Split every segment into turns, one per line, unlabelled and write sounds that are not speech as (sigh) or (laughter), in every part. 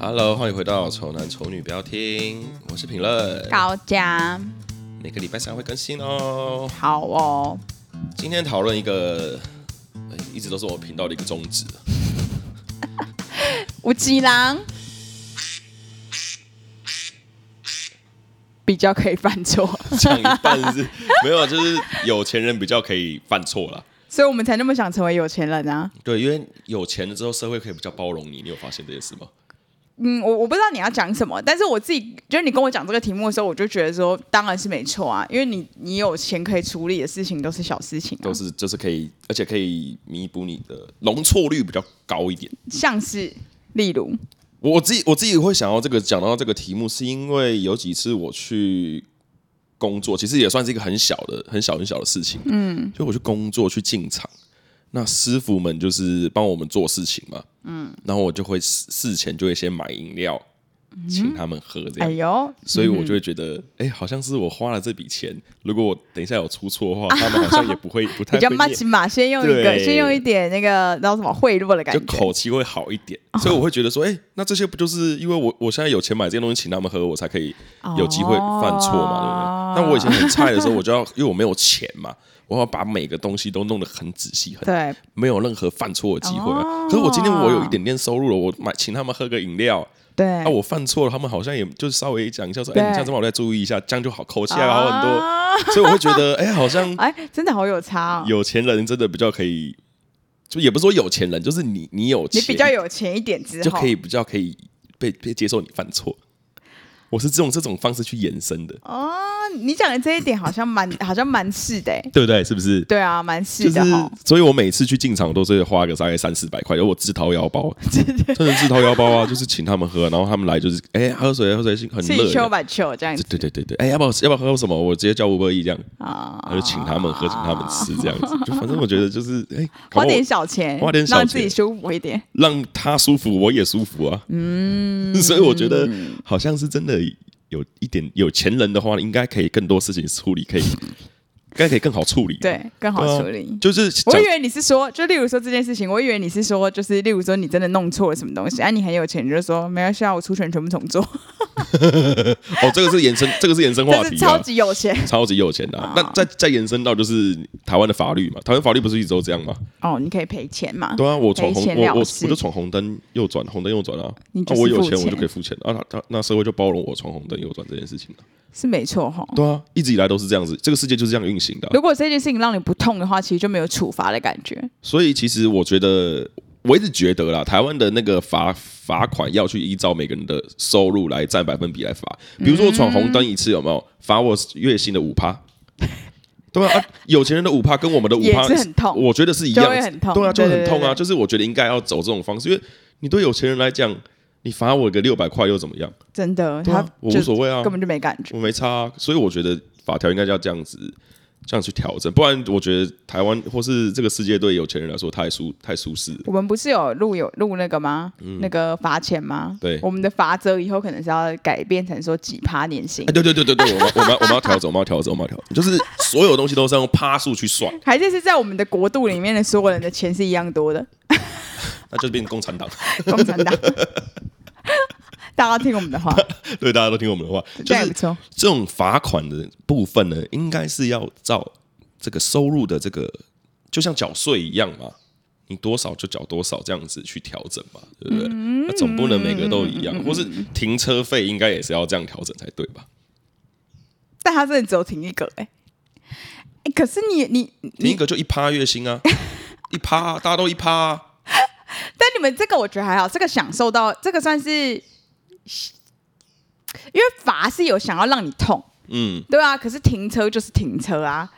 Hello，欢迎回到《丑男丑女》，不要听，我是评论，
高家，
每个礼拜三会更新哦。
好哦，
今天讨论一个、呃一直都是我频道的一个宗旨， (laughs)
吴吉郎比较可以犯错，
讲一半是没有，就是有钱人比较可以犯错啦。
(laughs) 所以我们才那么想成为有钱人啊。
对，因为有钱了之后，社会可以比较包容你。你有发现这件事吗？
嗯，我我不知道你要讲什么，但是我自己就是你跟我讲这个题目的时候，我就觉得说，当然是没错啊，因为你你有钱可以处理的事情都是小事情、啊
都，是就是可以，而且可以弥补你的容错率比较高一点。
像是例如，
我我自己我自己会想到这个讲到这个题目，是因为有几次我去工作，其实也算是一个很小的、很小很小的事情。嗯，就我去工作去进场，那师傅们就是帮我们做事情嘛。嗯，然后我就会事事前就会先买饮料，请他们喝这样。
嗯哎呦，
所以我就会觉得，哎、好像是我花了这笔钱，如果我等一下有出错
(laughs)
的话，他们好像也不会不太
比较
会念
much 嘛，先用一个，
对
先用一点那个叫什么贿赂的感
就
觉，
口气会好一点，所以我会觉得说，哎、那这些不就是因为我我现在有钱买这些东西，请他们喝，我才可以有机会犯错
哦
嘛，对不对？但我以前很菜的时候，我就要因为我没有钱嘛，我要把每个东西都弄得很仔细，很
对，
没有任何犯错的机会啊。可是我今天我有一点点收入了，我买请他们喝个饮料，
对，
啊，我犯错了，他们好像也就稍微讲一下说，哎、
对
你下次帮我再注意一下，这样就好，口气还好很多。
啊
所以我会觉得，哎、好像
哎，真的好有差哦。
有钱人真的比较可以。就也不是说有钱人，就是你，你有
你
钱，
比较有钱一点之后，
就可以比较可以被被接受你犯错。我是用这种方式去延伸的，
哦。你讲的这一点好像蛮好像蛮是的欸，
对不对？是不是？
对啊，蛮
就是是
的哈。，
所以我每次去进场都是花个大概三四百块，然后我自掏腰
(laughs)
包，啊真的自掏腰包啊， (laughs) 就是请他们喝，然后他们来就是，哎、喝水喝水，很
自己
热
秋
的，
吧秋这样子
对对对对，哎、要不要要不要喝什么？我直接叫 Uber E 这样，
啊，
然后就请他们喝，请他们吃这样子，就反正我觉得就是，哎、搞不
花
好
点小钱，
花点小钱
让自己舒服一点。
让他舒服，我也舒服啊。嗯， (laughs) 所以我觉得好像是真的有一点有钱人的话，应该可以更多事情处理，可以应该可以更好处理，
对，更好
对啊
处理。
就是讲
我以为你是说，就例如说这件事情，我以为你是说，就是例如说你真的弄错了什么东西，啊，你很有钱，你就说没关系啊，我出钱全部重做，
哦，这个
(laughs)
是延伸，这个是延伸话
这是
题
超
啊。
级有钱 (laughs)
超级有钱的、啊，那再再延伸到就是台湾的法律嘛，台湾法律不是一直都这样吗？
哦，你可以赔钱嘛，
对啊，我闯红
赔钱
我
了
我我
事
就闯红灯右转，红灯右转啊，
你
那、
就是
我有
付
钱我
钱
就可以付钱啊，那那那社会就包容我闯红灯右转这件事情了、啊
是没错哈。
对啊，一直以来都是这样子，这个世界就是这样运行的啊、
如果这件事情让你不痛的话，其实就没有处罚的感觉。
所以其实我觉得，我一直觉得啦，台湾的那个罚罚款要去依照每个人的收入来占百分比来罚。比如说我闯红灯一次有没有罚我月薪的五趴？对啊啊， (laughs) 有钱人的五趴跟我们的五
也
趴
是很痛
我觉得是一样
就会很痛
对啊，就很
对
痛
对对
啊。
对
就是我觉得应该要走这种方式，因为你对有钱人来讲，你罚我个六百块又怎么样？
真的，
对啊
他
我
就
无所谓啊
根本就没感觉。
我没差、啊，所以我觉得法条应该要这样子，这样去调整，不然我觉得台湾或是这个世界对有钱人来说太舒太舒适了。
我们不是有录有录那个吗？那个罚钱吗？
对
我们的罚则以后可能是要改变成说几趴年薪
哎，，对对对对对，我们我们要我 (laughs) 们要调整，我们要调整，我们要调整，就是所有东西都是要用趴数去算，
还是是在我们的国度里面的所有人的钱是一样多的？
那就变共产党。 (laughs)
共产党， (laughs) 大家听我们的话，
对，大家都听我们的话，
这
就
样也
是
不错。
这种罚款的部分呢，应该是要照这个收入的这个，就像缴税一样嘛，你多少就缴多少，这样子去调整嘛，对不对？
嗯
那总不能每个都一样，或是停车费应该也是要这样调整才对吧？
但他真的只有停一个哎、哎可是你你
停一个就一趴月薪啊，一趴啊，大家都一趴啊。
但你们这个我觉得还好，这个享受到这个算是，因为罚是有想要让你痛，
嗯，
对啊，可是停车就是停车啊，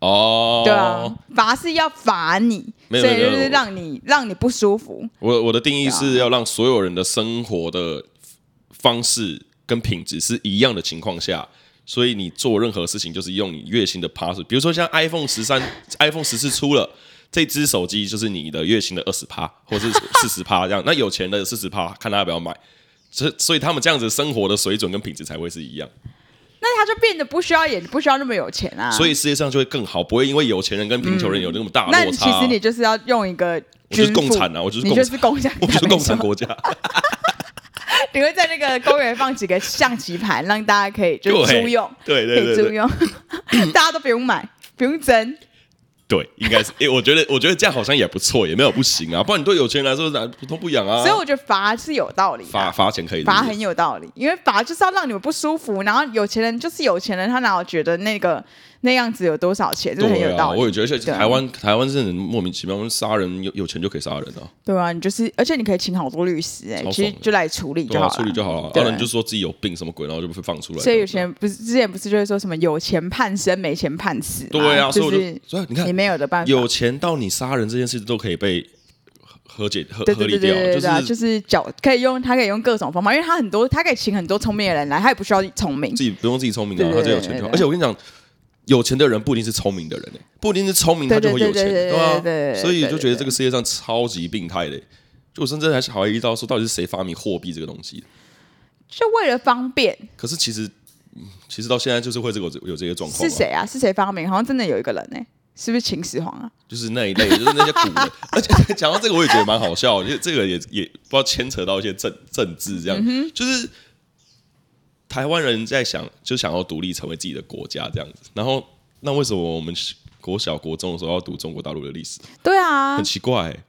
哦，
对啊，罚是要罚你，
没
所
有
以
没
就
有没
是
有
让你让你不舒服，
我我的定义
啊
是要让所有人的生活的方式跟品质是一样的情况下，所以你做任何事情就是用你月薪的趴数，比如说像 iPhone 十三、iPhone 十四出了。这只手机就是你的月薪的二十趴，或是四十趴这样。那有钱的四十趴，看他要不要买。所以所以他们这样子生活的水准跟品质才会是一样，
那他就变得不需要也不需要那么有钱啊。嗯
所以世界上就会更好，不会因为有钱人跟贫穷人有那么大的
那
落
你
差
其
啊、
实你就是要用一个
我就是
均富
(laughs) 共产啊我就是
你
共
就
产
是共产，
我就是共产
没错。
国家。
你会在那个公园放几个象棋盘，让大家可以 (laughs) 就是
对
租用，
对
可
对
以
对
租
对 (laughs)
用，大家都不用买，不用争。
对，应该是。诶，我觉得我觉得这样好像也不错，也没有不行啊。不然你对有钱人来说，哪不痛不痒啊。
所以我觉得罚是有道理的，
罚罚钱可以理解
罚很有道理，因为罚就是要让你们不舒服。然后有钱人就是有钱人，他哪有觉得那个那样子有多少钱，这
对
是很有
啊，
道
我
理。
也觉得，而且
对啊
台湾台湾是很莫名其妙，杀人有有钱就可以杀人啊，
对啊，你就是，而且你可以请好多律师、哎
超，爽
其实
的
就来处理
对
就好
啊，
了，
处理就好了。
对
然后你就说自己有病什么鬼，然后就被放出来。
所以有钱人不是之前不是就会说什么有钱判生，没钱判死吗？
对啊，所以
就
我
是
就所以你看
你，没有的办法。
有钱到你杀人这件事都可以被和和解和
对
合
对
理
对对
掉，
对对对啊，
是
就是脚可以用，他可以用各种方法，因为他很多，他可以请很多聪明的人来，他也不需要聪明
自。己不用自己聪明
对
啊，
对
他就有
对
钱
对
就好。
对
而且我跟你讲，有钱的人不一定是聪明的人欸不一定是聪明他就会有钱，
对对对对
吧
对对对？对
所以就觉得这个世界上超级病态的欸。就我甚至还是怀疑到说，到底是谁发明货币这个东西的？
就为了方便，
可是其实，嗯其实到现在就是会这个有这些状况
是
啊，
谁啊？是谁发明？好像真的有一个人呢、是不是秦始皇啊？
就是那一类，就是那些古人。而且讲到这个，我也觉得蛮好笑的，因为这个也也不知道牵扯到一些政政治这样，
嗯
就是台湾人在想就想要独立成为自己的国家这样子。然后那为什么我们国小国中的时候要读中国大陆的历史？
对啊
很，奇怪、欸，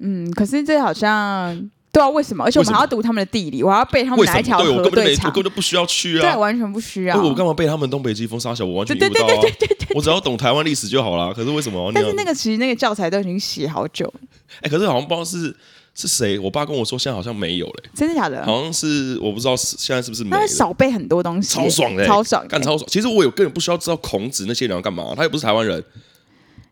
嗯，可是这好像对啊，为什么？而且我
为什
们
么
还要读他们的地理，我还要背他们
为什
哪
么？
一条
对我
河
根本就没，我
场
根，本就不需要去
对，
啊。
完全不需要
对。我干嘛背他们东北季风沙小？我完全
对
用不到啊
对！
我只要懂台湾历史就好啦。可是为什么我要那
但
样
是？那个其实那个教材都已经写好久了，
哎、可是好像不知道是是谁，我爸跟我说现在好像没有嘞、
真的假的？
好像是我不知道是现在是不是没
那
了
会。少背很多东西，
超爽的、欸，
超爽的
干超爽。其实我有个人不需要知道孔子那些人要干嘛，他又不是台湾人，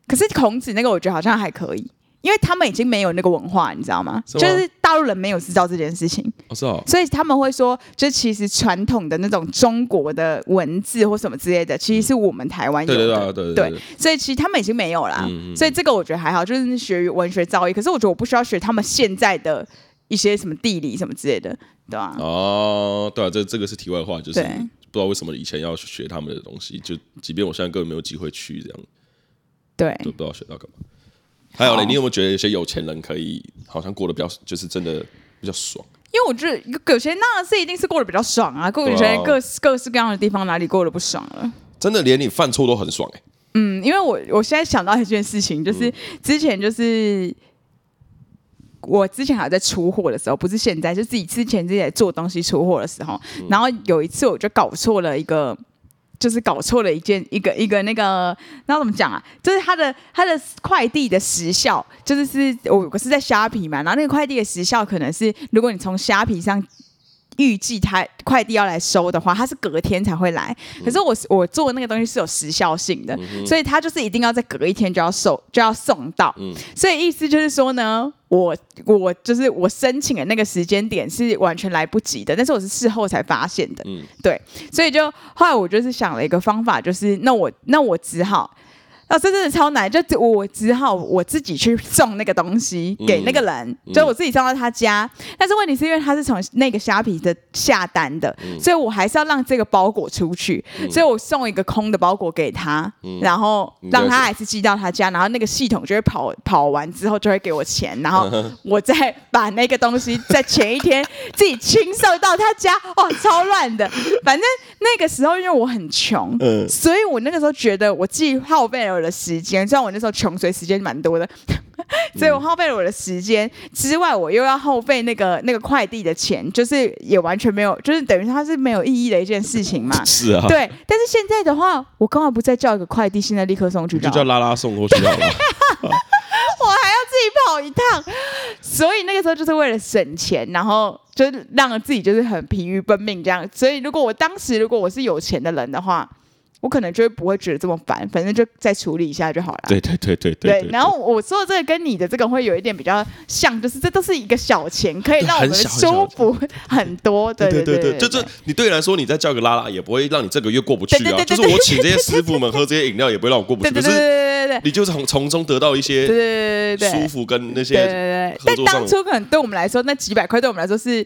可是孔子那个，我觉得好像还可以，因为他们已经没有那个文化，你知道吗？
是吗
就是大陆人没有知道这件事情，
我知道。
所以他们会说，就其实传统的那种中国的文字或什么之类的，其实是我们台湾有
对
的。
嗯对对嗯啊对对对，
所以其实他们已经没有啦，所以这个我觉得还好，就是学文学造诣。可是我觉得我不需要学他们现在的一些什么地理什么之类的，对吧、
哦，对啊，这这个是题外话，就是
对
不知道为什么以前要学他们的东西，就即便我现在根本没有机会去，这样
对，
都不知道学到干嘛。还有嘞，
好
你有没有觉得有些有钱人可以好像过得比较，就是真的比较爽？
因为我觉得有有些人当然是一定是过得比较爽啊，过有些
对啊
人各各式各样的地方哪里过得不爽了。
真的连你犯错都很爽哎、
嗯，因为我我现在想到一件事情，就是之前就是。我之前还在出货的时候，不是现在，就自己之前自己在做东西出货的时候，然后有一次我就搞错了一个，就是搞错了一件一个一个那个，那怎么讲啊？就是它的它的快递的时效，就是是我我是在虾皮嘛，然后那个快递的时效可能是如果你从虾皮上预计他快递要来收的话，他是隔天才会来。可是我我做的那个东西是有时效性的，所以他就是一定要在隔一天就要送就要送到。所以意思就是说呢，我我就是我申请的那个时间点是完全来不及的，但是我是事后才发现的。
嗯
对，所以就后来我就是想了一个方法，就是那我那我只好。哦，这真的超难，就只我只好我自己去送那个东西给那个人，就我自己送到他家。但是问题是因为他是从那个虾皮的下单的，所以我还是要让这个包裹出去，所以我送一个空的包裹给他，然后让他还是寄到他家，然后那个系统就会跑跑完之后就会给我钱，然后我再把那个东西在前一天自己亲送到他家， (laughs) 哇，超乱的。反正那个时候因为我很穷，
嗯。
所以我那个时候觉得我既耗费了我的时间，虽然我那时候穷，所以时间蛮多的， (laughs) 所以我耗费了我的时间之外，我又要耗费那个那个快递的钱，就是也完全没有，就是等于它是没有意义的一件事情嘛
是啊，
对，但是现在的话，我干嘛不再叫一个快递，现在立刻送去
你就
好
叫拉拉送过去好了。
我还要自己跑一趟，所以那个时候就是为了省钱，然后就是让自己就是很疲于奔命这样。所以如果我当时如果我是有钱的人的话，我可能就会不会觉得这么烦，反正就再处理一下就好了。
对 (laughs) 对对对
对
对，
然后我说的这个跟你的这个会有一点比较像，就是这都是一个小钱，可以让我们
很小很小
舒服很多。对
对
对
对，就这，你对你来说，你再叫个拉拉也不会让你这个月过不去
对
啊。
对对
就
对
是我请这些师傅们喝这些饮料，也不会让我过不
对
去。
对
可
对对
是
对对对。
你就是从从中得到一
对
些
对对对，
舒服跟那
对
些，
对对，
合
但
作
当
上
初可能对我们来说，那几百块对我们来说是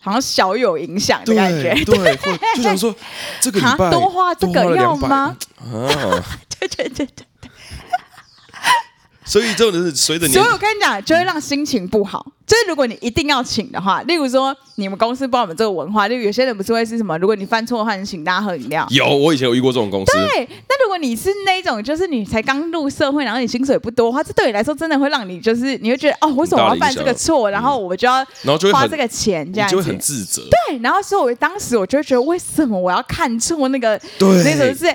好像小有影响的感觉。
对对，或就想
(laughs)
说这个礼
啊
拜
多花这
多
个
了
(laughs)
啊
要
200
吗？
啊，
对对对对，
所以这种是随着
所
年
以我跟你讲，就会让心情不好。就是如果你一定要请的话，例如说你们公司帮我们这个文化，例如有些人不是会是什么，如果你犯错的话，你请大家喝饮料。
有，我以前有遇过这种公司，
对，那如果你是那种，就是你才刚入社会，然后你薪水不多的话，这对你来说真的会让你就是你会觉得哦，为什么我要犯这个错，然后我就要
然后嗯就会
花
很
这个钱这
你
样
就会很
子。
自责。
对，然后所以我当时我就会觉得，为什么我要看错那个
对
那种是？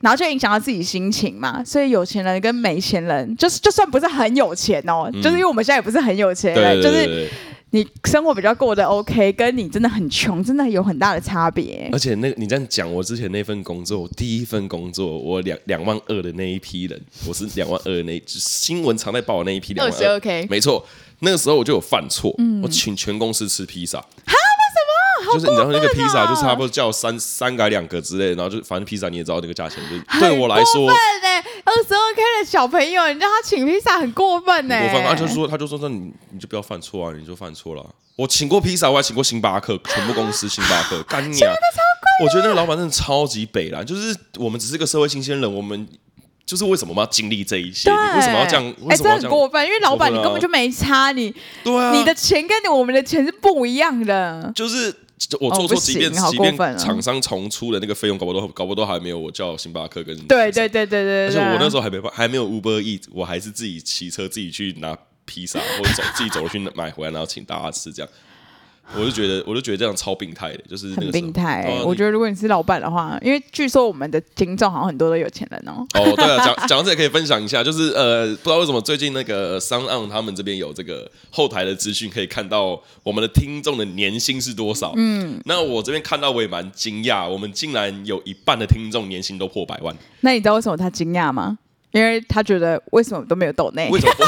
然后就影响到自己心情嘛，所以有钱人跟没钱人，就是就算不是很有钱哦，就是因为我们现在也不是很有钱
对嗯对对
人，就是
对对
你生活比较过得 OK，跟你真的很穷，真的有很大的差别。
而且那个你这样讲，我之前那份工作，我第一份工作，我两两万二的那一批人，我是两万二的那一就是新闻常在报的那一批两万二
22K
没错。那个时候我就有犯错，我请全公司吃披萨。哈？为什么？就是你知道那个披萨就差不多叫三三个还两个之类的，然后就反正披萨你也知道那个价钱，就对我来说
过分啊呢、二十二 K 的小朋友，你知道他请披萨很过分欸呢、
我反啊他就说，他就说，那你你就不要犯错啊，你就犯错了啊、我请过披萨，我还请过星巴克，全部公司星巴
(laughs)
克，干你啊！我觉得那个老板真的超级北啦，就是我们只是个社会新鲜人，我们就是为什么我们要经历这一切？
对，
你为什么要这样？为
哎、
什
这
么要这
很
样？
过分，因为老板
过分
你
啊
根本就没差，你、
对啊，
你的钱跟我们的钱是不一样的。
就是我
哦
做
不
错，即便
行好
即
过
便
分啊
厂商重出的那个费用，搞不好都搞不好都还没有我叫星巴克跟
对对对对对
而
对啊
且
对。
我那时候还没办还没有 Uber Eat，我还是自己骑车自己去拿披萨，或者
(laughs)
走自己走去买回来，然后请大家吃这样。我就觉得，我就觉得这样超病态的，就是那个
很
时候
病态、欸
对啊
我
你
觉得如果你是老板的话，因为据说我们的听众好像很多都有钱人哦。
哦，对了，讲讲到这也可以分享一下，就是呃，不知道为什么最近那个商岸他们这边有这个后台的资讯，可以看到我们的听众的年薪是多少。嗯，那我这边看到我也蛮惊讶，我们竟然有一半的听众年薪都破百
(laughs)
万，
那你知道为什么他惊讶吗？因为他觉得为什么都没有抖内
为，什么不？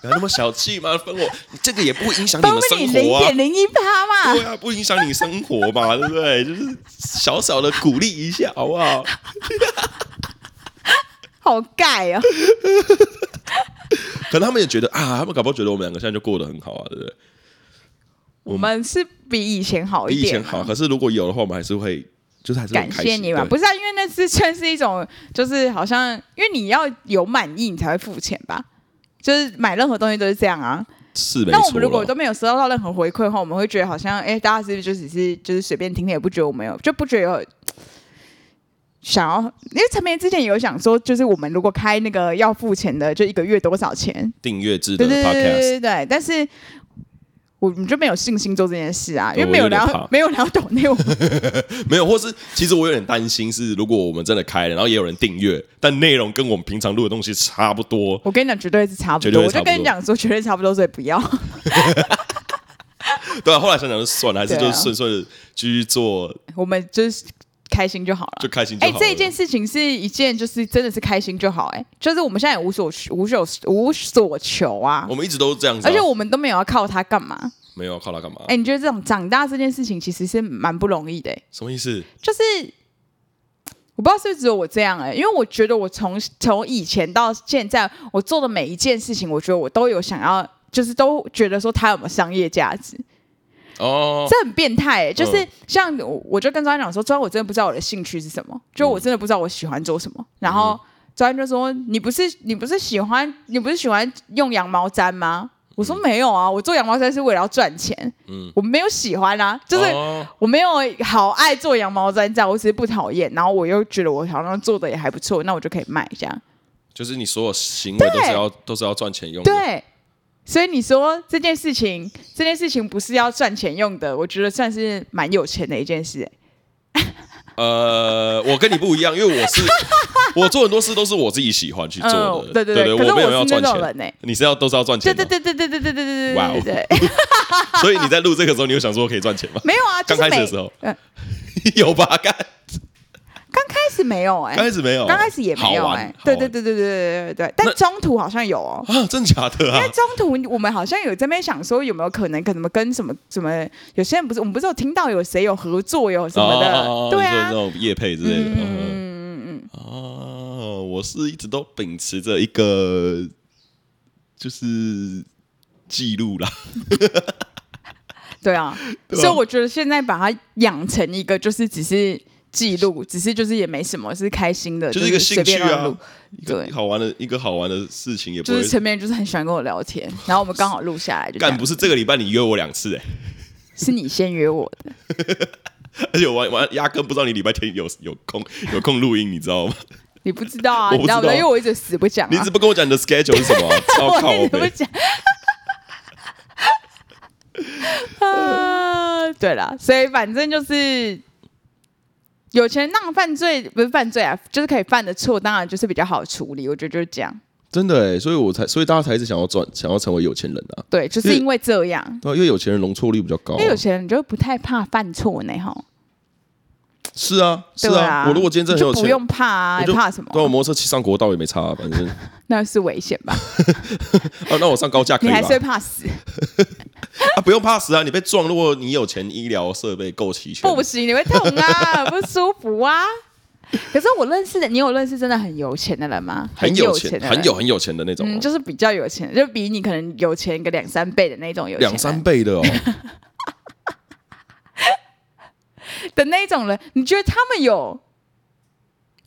你还那么小气吗？分我，这个也不影响你
分
们
你
生
零
活啊
点。零一趴嘛。
对啊，不影响你生活
(laughs)
嘛，对不对？就是小小的鼓励一下，好不好？
好盖哦，
可能他们也觉得啊，他们搞不好觉得我们两个现在就过得很好啊，对不对？
我们是比以前好
比
一
以前
点，啊
好，可是如果有的话，我们还是会，就是还是会
感
开
谢
心
你吧。
对
不是、啊，因为那是算是一种，就是好像因为你要有满意，你才会付钱吧。就是买任何东西都是这样啊。
是没错啦。
那我们如果都没有收到到任何回馈的话，我们会觉得好像，哎、大家是不是就只是就是随便听听，也不觉得哎我们有，就不觉得有想要。因为陈明之前有想说，就是我们如果开那个要付钱的，就一个月多少钱，
订阅制的
对对对对
podcast，
对对，但是我们就没有信心做这件事啊，因为
我
没有
有
人
点
要
怕
没有人要懂那我们
没有，或是其实我有点担心是，如果我们真的开了，然后也有人订阅，但内容跟我们平常录的东西差不多，
我跟你讲，绝对是差不
绝对
多。
会
我就
差不多
跟你讲说，绝对差不多，所以不要。 (laughs)
对啊。后来想想就算了，还是
对
就
啊
顺顺地继续做，
我们就是开心就好了。
就开心就
哎、
好了。
这一件事情是一件，就是真的是开心就好、哎，就是我们现在也无所无所无所求啊
我，们一直都这样子啊、
而且我们都没有要靠它干嘛。
没有靠他干嘛？
哎、你觉得这种长大这件事情其实是蛮不容易的、哎
什么意思？
就是我不知道是不是只有我这样哎、因为我觉得我从从以前到现在，我做的每一件事情，我觉得我都有想要，就是都觉得说它有没有商业价值，
哦，
这很变态、欸。就是
嗯
像我，我就跟庄安讲说，庄安我真的不知道我的兴趣是什
嗯
么，就我真的不知道我喜欢做什么，然后。庄安就说：“你不是你不是喜欢你不是喜欢用羊毛毡
嗯
吗？”我说：“没有啊，我做羊毛毡是为了要赚钱，嗯，我没有喜欢啊，就是
哦
我没有好爱做羊毛毡这样，我只是不讨厌，然后我又觉得我好像做的也还不错，那我就可以卖这样。
就是你所有行为都是
对
要都是要赚钱用的，
对，所以你说这件事情，这件事情不是要赚钱用的，我觉得算是蛮有钱的一件事、欸
呃，我跟你不一样，因为我
(laughs)
是我做很多事都是我自己喜欢去做的，
嗯对
对
对对可是
我没有
我
要
是那
赚
种
钱，
人欸
你是要都是要赚钱
对
的，
对对对对对对对对
哇
对
哦
对对， (laughs)
所以你在录这个时候，你有想说我可以赚钱吗？
没有啊，就
刚开
是每
始的时候
嗯，
(laughs) 有吧？刚
刚开始没有哎、
刚开始没有，
刚开始也没有
好
哎、
玩
对
好玩
对对对对对对对，但
那
中途好像有哦。
啊，真的假的
因为
啊？
中途我们好像有这边想说有没有可能可能跟什么什么，有些人不是我们不是有听到有谁有合作有什么的，
哦
对
你说
啊
那，种夜配之类的，嗯
嗯嗯嗯，
哦，我是一直都秉持着一个就是记录啦，对
对啊，
啊
所以我觉得现在把它养成一个就是只是记录，只是就是也没什么，是开心的，
就是是一个
随
兴
便
趣
乱
啊
录。，
一个
对
好玩的一个好玩的事情也不
就
会
是。陈明就是很喜欢跟我聊天，然后我们刚好录下来，就这
干
样
不是这个礼拜你约我两次哎、
是你先约我的，
(laughs) 而且我完完压根不知道你礼拜天有有空 (laughs) 有空录音，你知道吗？
你不知道啊，
我
你
不
知道
知
吗？
道
因为我一直死不讲
你
啊
只，不跟我讲你的 schedule 是什么、
(laughs)
啊，超靠
我一直不
背。 (laughs)
讲。啊，对啦，所以反正就是有钱让犯罪不是犯罪啊，就是可以犯的错，当然就是比较好处理。我觉得就是这样，
真的哎、所以我才所以大家才一直想要赚，想要成为有钱人啊。
对，就是因为这样，
对啊，因为有钱人容错率比较高、啊
因为有钱人你就不太怕犯错呢，哈。
是啊，是
对啊，
我如果今天真的很有
你就不
钱，
用怕啊，
我
你
就
怕什
对啊，我
么？
摩托车骑上国道也没差、啊，反正 (laughs) 啊，
那是危险吧？
那我上高 (laughs) 架可
你
以吧
还是？会怕死？
啊，不用怕死啊，你被撞，如果你有钱，医疗设备够齐全，
不行，你会痛
(laughs)
啊，不舒服啊。可是我认识的，你有认识真的很有钱的人吗？
很
有
有钱，
的人
很有很有钱的那种哦、
嗯，就是比较有钱，就比你可能有钱个两三倍的那种有钱人
两三倍的哦，
的那种人，你觉得他们有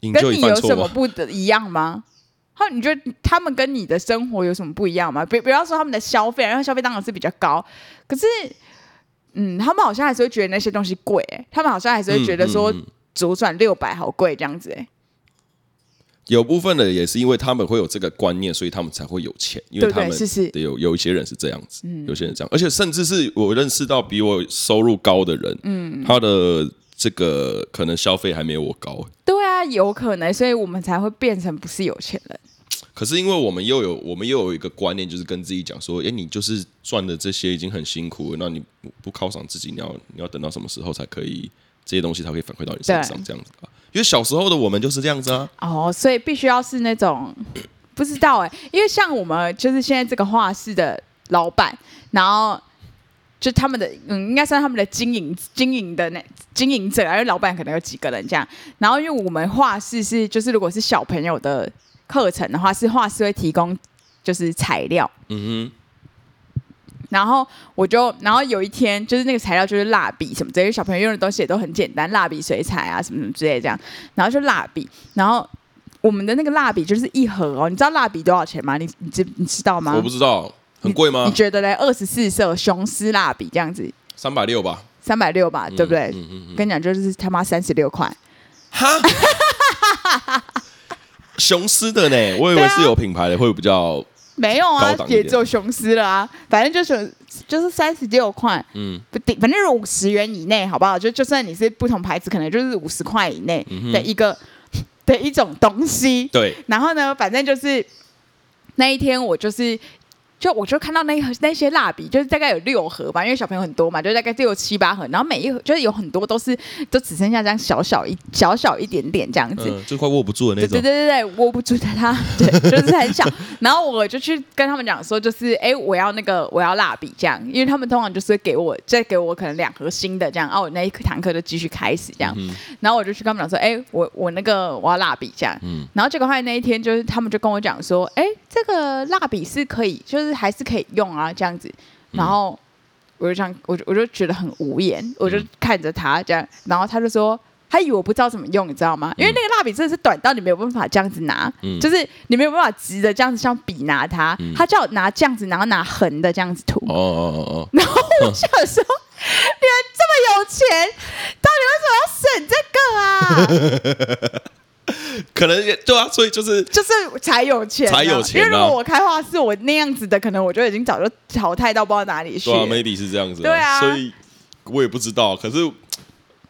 引咎
跟
一
你
犯
有
错
什么
吗？
不得一样吗？好，你觉得他们跟你的生活有什么不一样吗？不，不要说他们的消费，因为消费当然是比较高，可是，嗯，他们好像还是会觉得那些东西贵、欸，他们好像还是会觉得说
嗯嗯嗯
左转六百好贵这样子、欸，
有部分的也是因为他们会有这个观念，所以他们才会有钱，因为
对不
他
对
们
是是嗯
对有有一些人是这样子，有些人这样，而且甚至是我认识到比我收入高的人，嗯，他的这个可能消费还没有我高，
对啊，有可能，所以我们才会变成不是有钱人。
可是因为我们又有我们又有一个观念，就是跟自己讲说，哎，你就是赚的这些已经很辛苦了，那你不不犒赏自己，你要你要等到什么时候才可以这些东西才可以反馈到你身上
对
这样子啊？因为小时候的我们就是这样子啊，
哦，所以必须要是那种不知道哎、因为像我们就是现在这个画室的老板，然后就他们的嗯，应该算他们的经营经营的那经营者啊，因为老板可能有几个人这样。然后因为我们画室是就是如果是小朋友的课程的话，是画室会提供就是材料，
嗯哼，
然后我就，然后有一天就是那个材料就是蜡笔什么之类，因为小朋友用的东西也都很简单，蜡笔、水彩啊什么什么之类的这样。然后就蜡笔，然后我们的那个蜡笔就是一盒哦，你知道蜡笔多少钱吗？你你知你知道吗？
我不知道很贵
你
吗？
觉得嘞？二十四色雄狮蜡笔这样子，
三百六吧，
三百六吧，对不对？
嗯嗯嗯，
跟你讲，就是他妈三十六块，
哈， (laughs) 雄狮的呢，我以为是有品牌的，会比较
没有啊
高档，一点
也只有雄狮了啊，反正就是就是三十六块，
嗯，
不定，反正五十元以内，好不好？就就算你是不同牌子，可能就是五十块以内
嗯
的一个、的一种东西。
对，
然后呢，反正就是那一天我就是。就我就看到那一盒那些蜡笔，就是大概有六盒吧，因为小朋友很多嘛，就大概六七八盒，然后每一盒就是有很多都是都只剩下这样小小一小小一点点这样子，
嗯，就快握不住的那
啊对对
种，
对对，握不住的他，对，就是很小。 (laughs) 然后我就去跟他们讲说，就是哎，我要那个我要蜡笔这样，因为他们通常就是给我再给我可能两盒新的这样，哦，我那一堂课就继续开始这样。
嗯
然后我就去跟他们讲说，哎，我我那个我要蜡笔这样。
嗯
然后结果后来那一天就是他们就跟我讲说，哎，这个蜡笔是可以，就是还是可以用啊这样子。
嗯
然后我就这样，我就我就觉得很无言，我就看着他这样，然后他就说。他以为我不知道怎么用，你知道吗？因为那个蜡笔真的是短到你没有办法这样子拿，
嗯
就是你没有办法直的这样子像笔拿它，
嗯
他叫我拿这样子，然后拿横的这样子涂。
哦哦哦哦，
然后我想
(laughs)
说，你们这么有钱，到底为什么要省这个啊？
可能也对啊，所以就是
就是才有钱啊、
才有钱啊
因为如果我开画室，我那样子的，可能我就已经早就淘汰到不知道哪里去
对啊
了。
，maybe 是这样子、
对啊
所以我也不知道，可是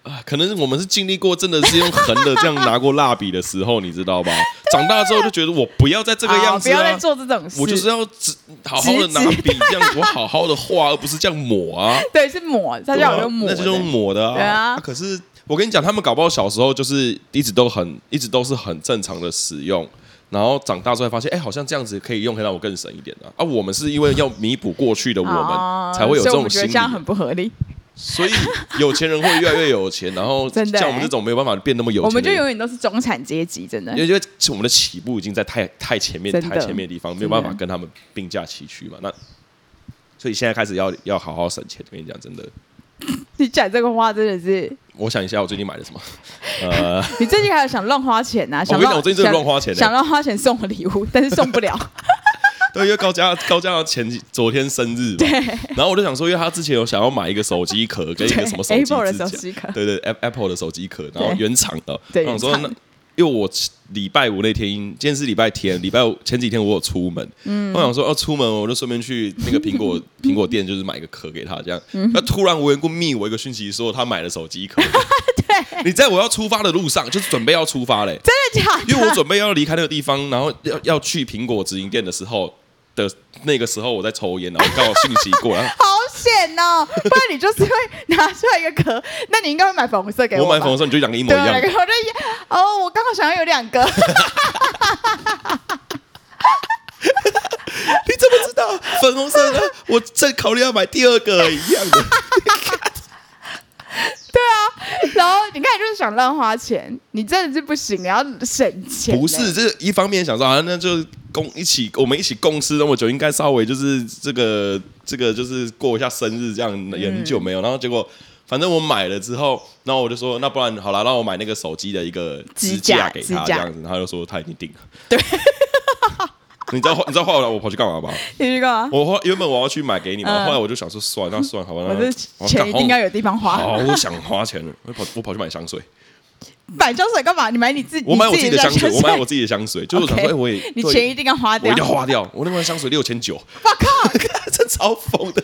啊，可能我们是经历过真的是用横的这样拿过蜡笔的时候，你知道
(laughs)
吧？长大之后就觉得我不要再这个样
啊
子
不要再
啊，
做这种事。
我就是要直好好的拿笔这样，我好好的画，而不是这样抹啊。
对，是抹，他
对啊
叫我用抹
那
的。
就是用抹的啊。
对啊
可是我跟你讲，他们搞不好小时候就是一直都很一直都是很正常的使用。然后长大之后发现，哎，好像这样子可以用，可以让我更省一点啊。啊，我们是因为要弥补过去的我
哦
们，才会有这
所以我
种
们觉
心
得
理
这。样很不合理。
所以有钱人会越来越有
(laughs)
钱，然后
真的
像我们
欸
这种没有办法变那么有
我
钱
们就
的人，
永远都是中产阶级，真的
因。为因为我们的起步已经在太太前面、
真的
太前面的地方，没有办法跟他们并驾齐驱嘛。那所以现在开始要要好好省钱，跟你讲真的，
你讲这个话真的是，
我想一下，我最近买了
(laughs)
什么？呃，
你最近还有想乱花钱呐、
哦我
想
跟你
乱
讲，我最近真的乱花钱、
想想
欸。
乱花钱送我礼物，但是送
(laughs)
不了。
对，因为高嘉高嘉的前几昨天生日嘛，然后我就想说，因为他之前有想要买一个手机壳跟一个什么手机
Apple 的
支
手
架，
机壳
对对，App-，Apple 的手机壳，然后
对
原厂的。
对
我想说
原
那
厂，
因为我礼拜五那天，今天是礼拜天，礼拜五前几天我有出门，嗯，我想说哦，出门我就顺便去那个苹
(laughs)
果苹果店，就是买个壳给他，这样。
嗯
那突然无缘故密我一个讯息说他买了手机
(laughs)
壳，对，你在我要出发的路上，就是准备要出发嘞，
真的假的？。
因为我准备要离开那个地方，然后要要去苹果直营店的时候的那个时候，我在抽烟，然后刚好讯息过来
好险哦，不然你就是会拿出来一个壳，那你应该会买粉红 (laughs) 色给
我
吧
买粉红色，你就两个一模
对
一
啊，
样
两个
的。
我就一哦，我刚好想要有两个， (laughs)
你怎么知道粉红色呢？我正考虑要买第二个一样的。
啊然后你看你就是想乱花钱，你真的是不行，你要省钱。
不是，，这一方面想说啊，那就共一起，我们一起共事那么久，应该稍微就是这个这个就是过一下生日这样，也很久没有。然后结果，反正我买了之后，然后我就说，那不然好了，让我买那个手机的一个
支
支
架
架给他
支
这
架
样子，他就说他已经定了。对。 (laughs) 你知道后你知道后来我跑去干嘛
(laughs)
吗？
你去干嘛？
我后原本我要去买给你嘛，
嗯
后来我就想说算了，那算了好吧，
我
那
这钱一定要有啊地方花。
好，我想花钱了，我跑我跑去买香水，
买香水干嘛？你买你自己，
我买我
你
自己的
的
香水，
水，
我买我自己的香水，就是我想说，哎，
(laughs) OK
我也
你
对
钱一定要花
我
掉
一定要。花掉，我那罐香水六千九，我 (laughs) 靠，真超疯的，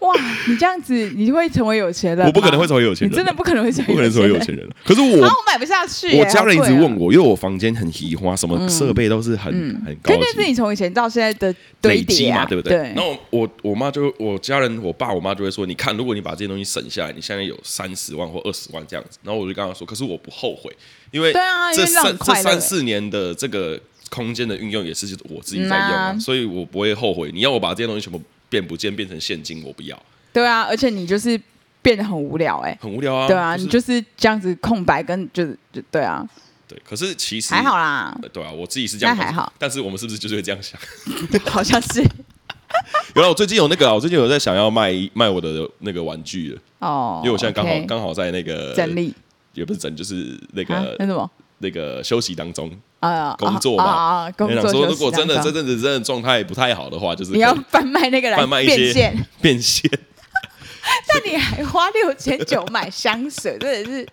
哇，你这样子你就会成为有钱人吗，
我不可能会成为有钱人
你真的不可能会成为
不可能成为有钱人。可是
人。
我
然后我买不下去耶，
我家人一
好
直
贵哦嗯
问。我，因为我房间很喜花，什么设备都是很很高
可是那是
级
你从以前到现在的
累
堆
积
叠啊
嘛，对不
对？
然后我我妈就我家人，我爸我妈就会说，你看，如果你把这些东西省下来，你现在有三十万或二十万这样子。然后我就跟她说，可是我不后悔，因为
对啊因
这
为让
三
你
这
快乐
三四年的这个空间的运用也是我自己在用啊，
嗯啊
所以我不会后悔。你要我把这些东西全部变不见变成现金，我不要。
对啊，而且你就是变得很无聊哎、
很无聊啊。
对啊，
是
你就是这样子空白跟就是就对啊，
对。可是其实
还好啦，
呃对啊，我自己是这样，
那还好。
但是我们是不是就是会这样想？
(laughs)
(laughs)
好像是
原来我最近有那个啊，我最近有在想要卖卖我的那个玩具了，
(laughs) 哦。
因为我现在刚好呃
OK，
刚好在那个
整理
也不是整，就是那
啊，
个
那什么
那个休息当中。
呃
工作嘛哎
啊啊啊工
想
作
说，
休
如
息
果真的
当
这阵
中
子真的状态不太好的话，就是
啊你要
可以
贩卖那个来
贩卖一
变
些
现，
(laughs) 变现。
(laughs) 那你还花六千九买香水，真的 (laughs) 是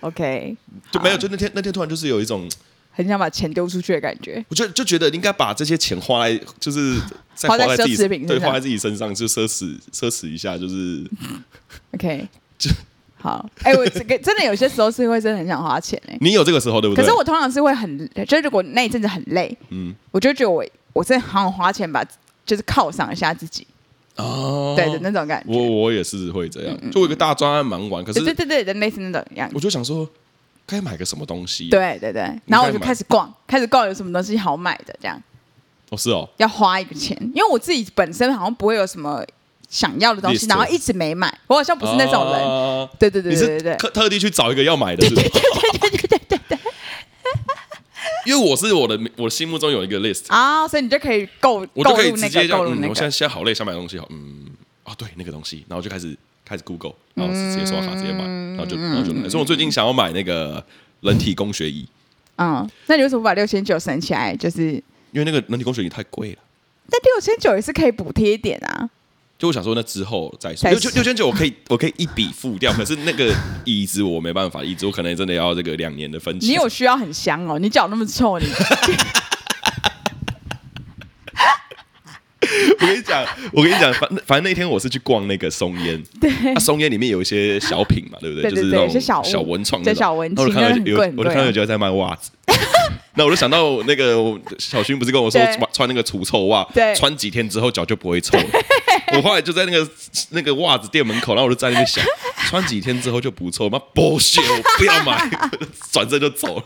OK，
就没有，
好
就那天那天突然就是有一种，
很想把钱丢出去的感觉。
我就就觉得应该把这些钱花在，就是再
花在
自己
奢侈品身
对，
上
花在自己身上，就奢侈奢侈一下，就是
OK，
就
好，哎、我这个真的有些时候是会真的很想花钱哎、
你有这个时候对不
可
对？
是我通常是会很，就是如果那一阵子很累，
嗯
我就觉得我我真的好想花钱把就是犒赏一下自己，
哦，
对的那嗯种感
我
觉，
我也是会这样，就我有一个大专案忙完，可
对对
是
对对，对类似那种样
我
子。
就想说该买个什么东西。，
对对对，然后我就
买
开始逛，开始逛有什么东西好买的，这样
哦是哦，
要花一个钱，因为我自己本身好像不会有什么想要的东西，
List
然后一直没买，我好像不是那种人。
啊
对对对
你
对对
是
对，
特特地去找一个要买的，是吧？因为我是我的我心目中有一个 list，
啊，所以你就可以购
我就
购
可以
入
直
那
接
个
这样，
购入
嗯
那
我现在
个，
现在好累，想买东西，好，嗯，哦对，那个东西，然后就开始开始 Google，然
嗯
后直接刷卡直接买，然后就然后就买。所以我最近想要买那个人体工学椅，
嗯，那你为什么不把六千九省起来？就是
因为那个人体工学椅太贵了。
但六千九也是可以补贴一点啊，
就我想说，那之后再说。
再
六千
说
六千九，我可以我可以一笔付掉，可是那个椅子我没办法，椅子我可能真的要这个两年的分期。
你有需要很香哦，你脚那么臭，你
(laughs) 我跟你讲，我跟你讲，反反正那天我是去逛那个松烟，对，啊、松烟里面有一些小品嘛，对不对？
对对
就是
对
那
有些
种
小物
小文创那种，
对小文
然后我就
青
看到
真的
有，
很贵很
我就看到
贵啊
有家在卖袜子。 (laughs) 那我就想到那个我小薰不是跟我说
对
穿穿那个除臭袜，
对
穿几天之后脚就不会臭了。 (laughs) 我后来就在那个那个袜子店门口，然后我就在那边想，穿几天之后就不臭，妈 bullshit，我不要买， (laughs) 转身就走了。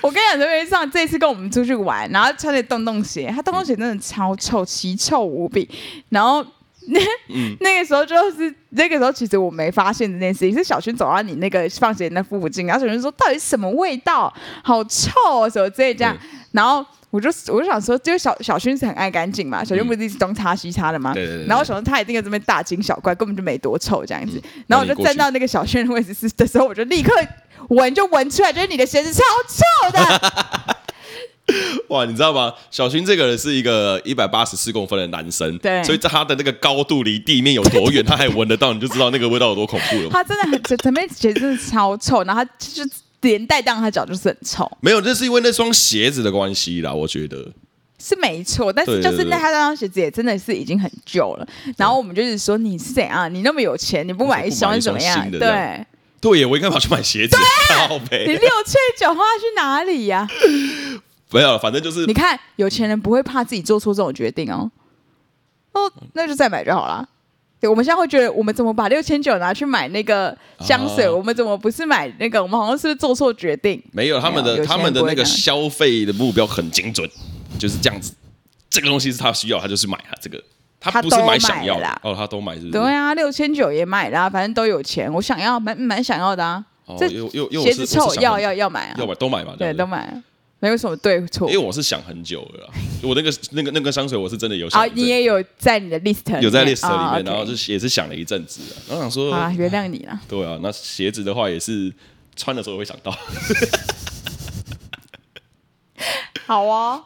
我跟你讲，刘元上这次跟我们出去玩，然后穿着洞洞鞋，他洞洞鞋真的超臭，奇臭无比。然后 (laughs)
嗯
那个时候就是那个时候，其实我没发现这件事情，是小薰走到你那个放学那附近，然后小薰说到底是什么味道，好臭、哦、什么之类这样，然后。我就我就想说，就是小小薰是很爱干净嘛，小薰不是一直东擦西擦的嘛，
嗯对对对对
然后我想说他一定在这边大惊小怪，根本就没多臭这样子。
然
然
后
后我
你
就
过去
站到那个小薰的位置是的时候，我就立刻闻就闻出来，就是你的鞋子超臭的。
哇，你知道吗？小薰这个人是一个一百八十四公分的男生，
对
所以在他的那个高度离地面有多远，他还闻得到，你就知道那个味道有多恐怖了。
他真的很， (laughs) 前面鞋子真的超臭，然后他就是连带当他脚就是很臭，
没有，这是因为那双鞋子的关系啦，我觉得。
是没错，但是
对对
就是
对
那他那双鞋子也真的是已经很旧了。然后我们就是说你是怎样，你那么有钱，你不买一双是怎么
不买
样？
一双新的这
对
样对耶，我应该跑去买鞋子，靠
你
背。
六千九花去哪里呀、
(laughs) 没有，反正就是
你看，有钱人不会怕自己做出这种决定哦。哦，那就再买就好啦。对，我们现在会觉得，我们怎么把六千九拿去买那个香水？
啊
我们怎么不是买那个？我们好像是不是做错决定？
没有他们
没有有
的
钱人
他们的
不会
那个
这样
消费的目标很精准，就是这样子。这个东西是他需要，他就是买他这个，
他
他不是
都买
买想要
了
的
啦
哦，他都买是不是？
对啊，六千九也买啦、反正都有钱，我想要，蛮蛮想要的啊。
哦，
这
又又又
鞋子臭，要要
要
要买啊
要！买都买嘛，这
对，
样子
都买啊，没有什么对错
因为我是想很久了啦，我那个那个那个香水我是真的有想
啊。
一阵子
你也有在你的 list 里面
有在 list 里
啊
面，
，OK
然后就是也是想了一阵子啊，然后想说
好啊，原谅你了。
对啊，那鞋子的话也是穿的时候会想到，
(laughs) 好哦，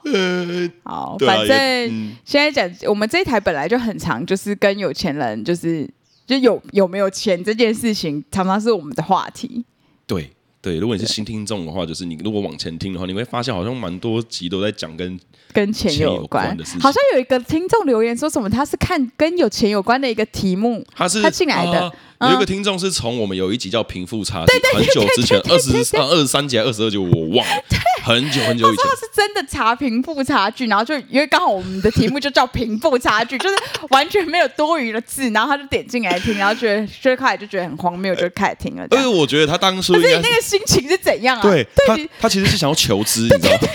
好，
对啊
反
也
正
嗯
现在讲，我们这一台本来就很常就是跟有钱人，就是就有有没有钱这件事情，常常是我们的话题。
对对，如果你是新听众的话，就是你如果往前听的话，你会发现好像蛮多集都在讲跟
跟钱
钱有
关，
关的事情
好像有一个听众留言说什么，他是看跟有钱有关的一一个题目，
他是
他进来的
啊有一
嗯
个听众是从我们有一集叫贫富差距，很久之前二十三、二十三集还二十二集，我忘了，很久很久以前。
是真的查贫富差距，然后就因为刚好我们的题目就叫贫富差距，就是完全没有多余的字，然后他就点进来听，然后觉得就开始就觉得很荒谬，就开始听了这
而
样。
且我觉得他当初
可
应
是
该
你
是
那个心情是怎样啊？
哎对他
你，
他其实是想要求
(laughs)
知，你知道吗？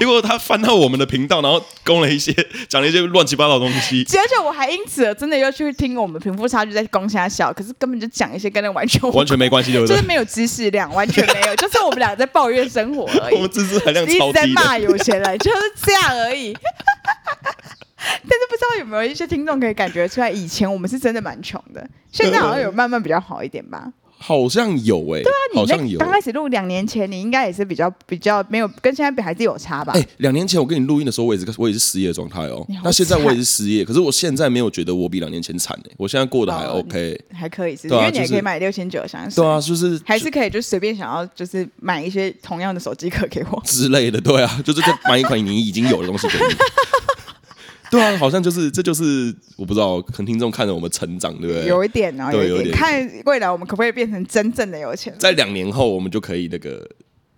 结果他翻到我们的频道，然后攻了一些 (laughs) 讲了一些乱七八糟的东西。
而且我还因此真的又去听我们贫富差距在攻下笑，可是根本就讲一些跟那完全
完全没关系，对不
(laughs) 就
对
是？没有知识量，完全没有，就是我们俩在抱怨生活
(laughs)
而
我
已
们，知识含 (laughs) 量
一直
超
在
低
骂
的，
有钱人，就是这样而已。 (laughs) 但是不知道有没有一些听众可以感觉出来，以前我们是真的蛮穷的，现在好像有慢慢比较好一点吧。
好像有哎、呃
那
好
啊你
像
那
有。
刚开始录两年前，你应该也是比较比较没有跟现在比还是有差吧？
哎、两年前我跟你录音的时候，我也是我也是失业状态哦
你好。
那现在
惨
我也是失业，可是我现在没有觉得我比两年前惨哎、我现在过得还
哦
OK、
还可以是不是，
对啊
因为你也
就是
可以买六千九的香水
对。啊，就是
还是可以，就随便想要，就是买一些同样的手机壳给我。
之类的，对啊， (laughs) 就是在买一款你已经有的东西
(laughs)
给你。对啊，好像就是这就是我不知道，可能听众看着我们成长，对不对？
有一点哦，
对
一
有
点。
点
看未来我们可不可以变成真正的有钱
(laughs)
人？
在两年后，我们就可以那个，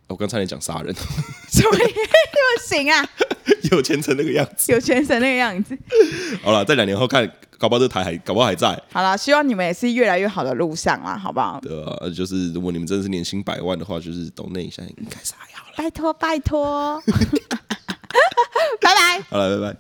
哦我刚才点讲杀人， (laughs)
什么不行啊？
有钱成那个样子。
有钱成那个样子。
好了，在两年后看，搞不好这台还搞不好还在。
好啦，希望你们也是越来越好的路上啦，好不好？
对啊，呃就是如果你们真的是年薪百万的话，就是抖那一下应该是还好了。
(laughs) 拜托，拜托，拜拜。
好了，拜拜。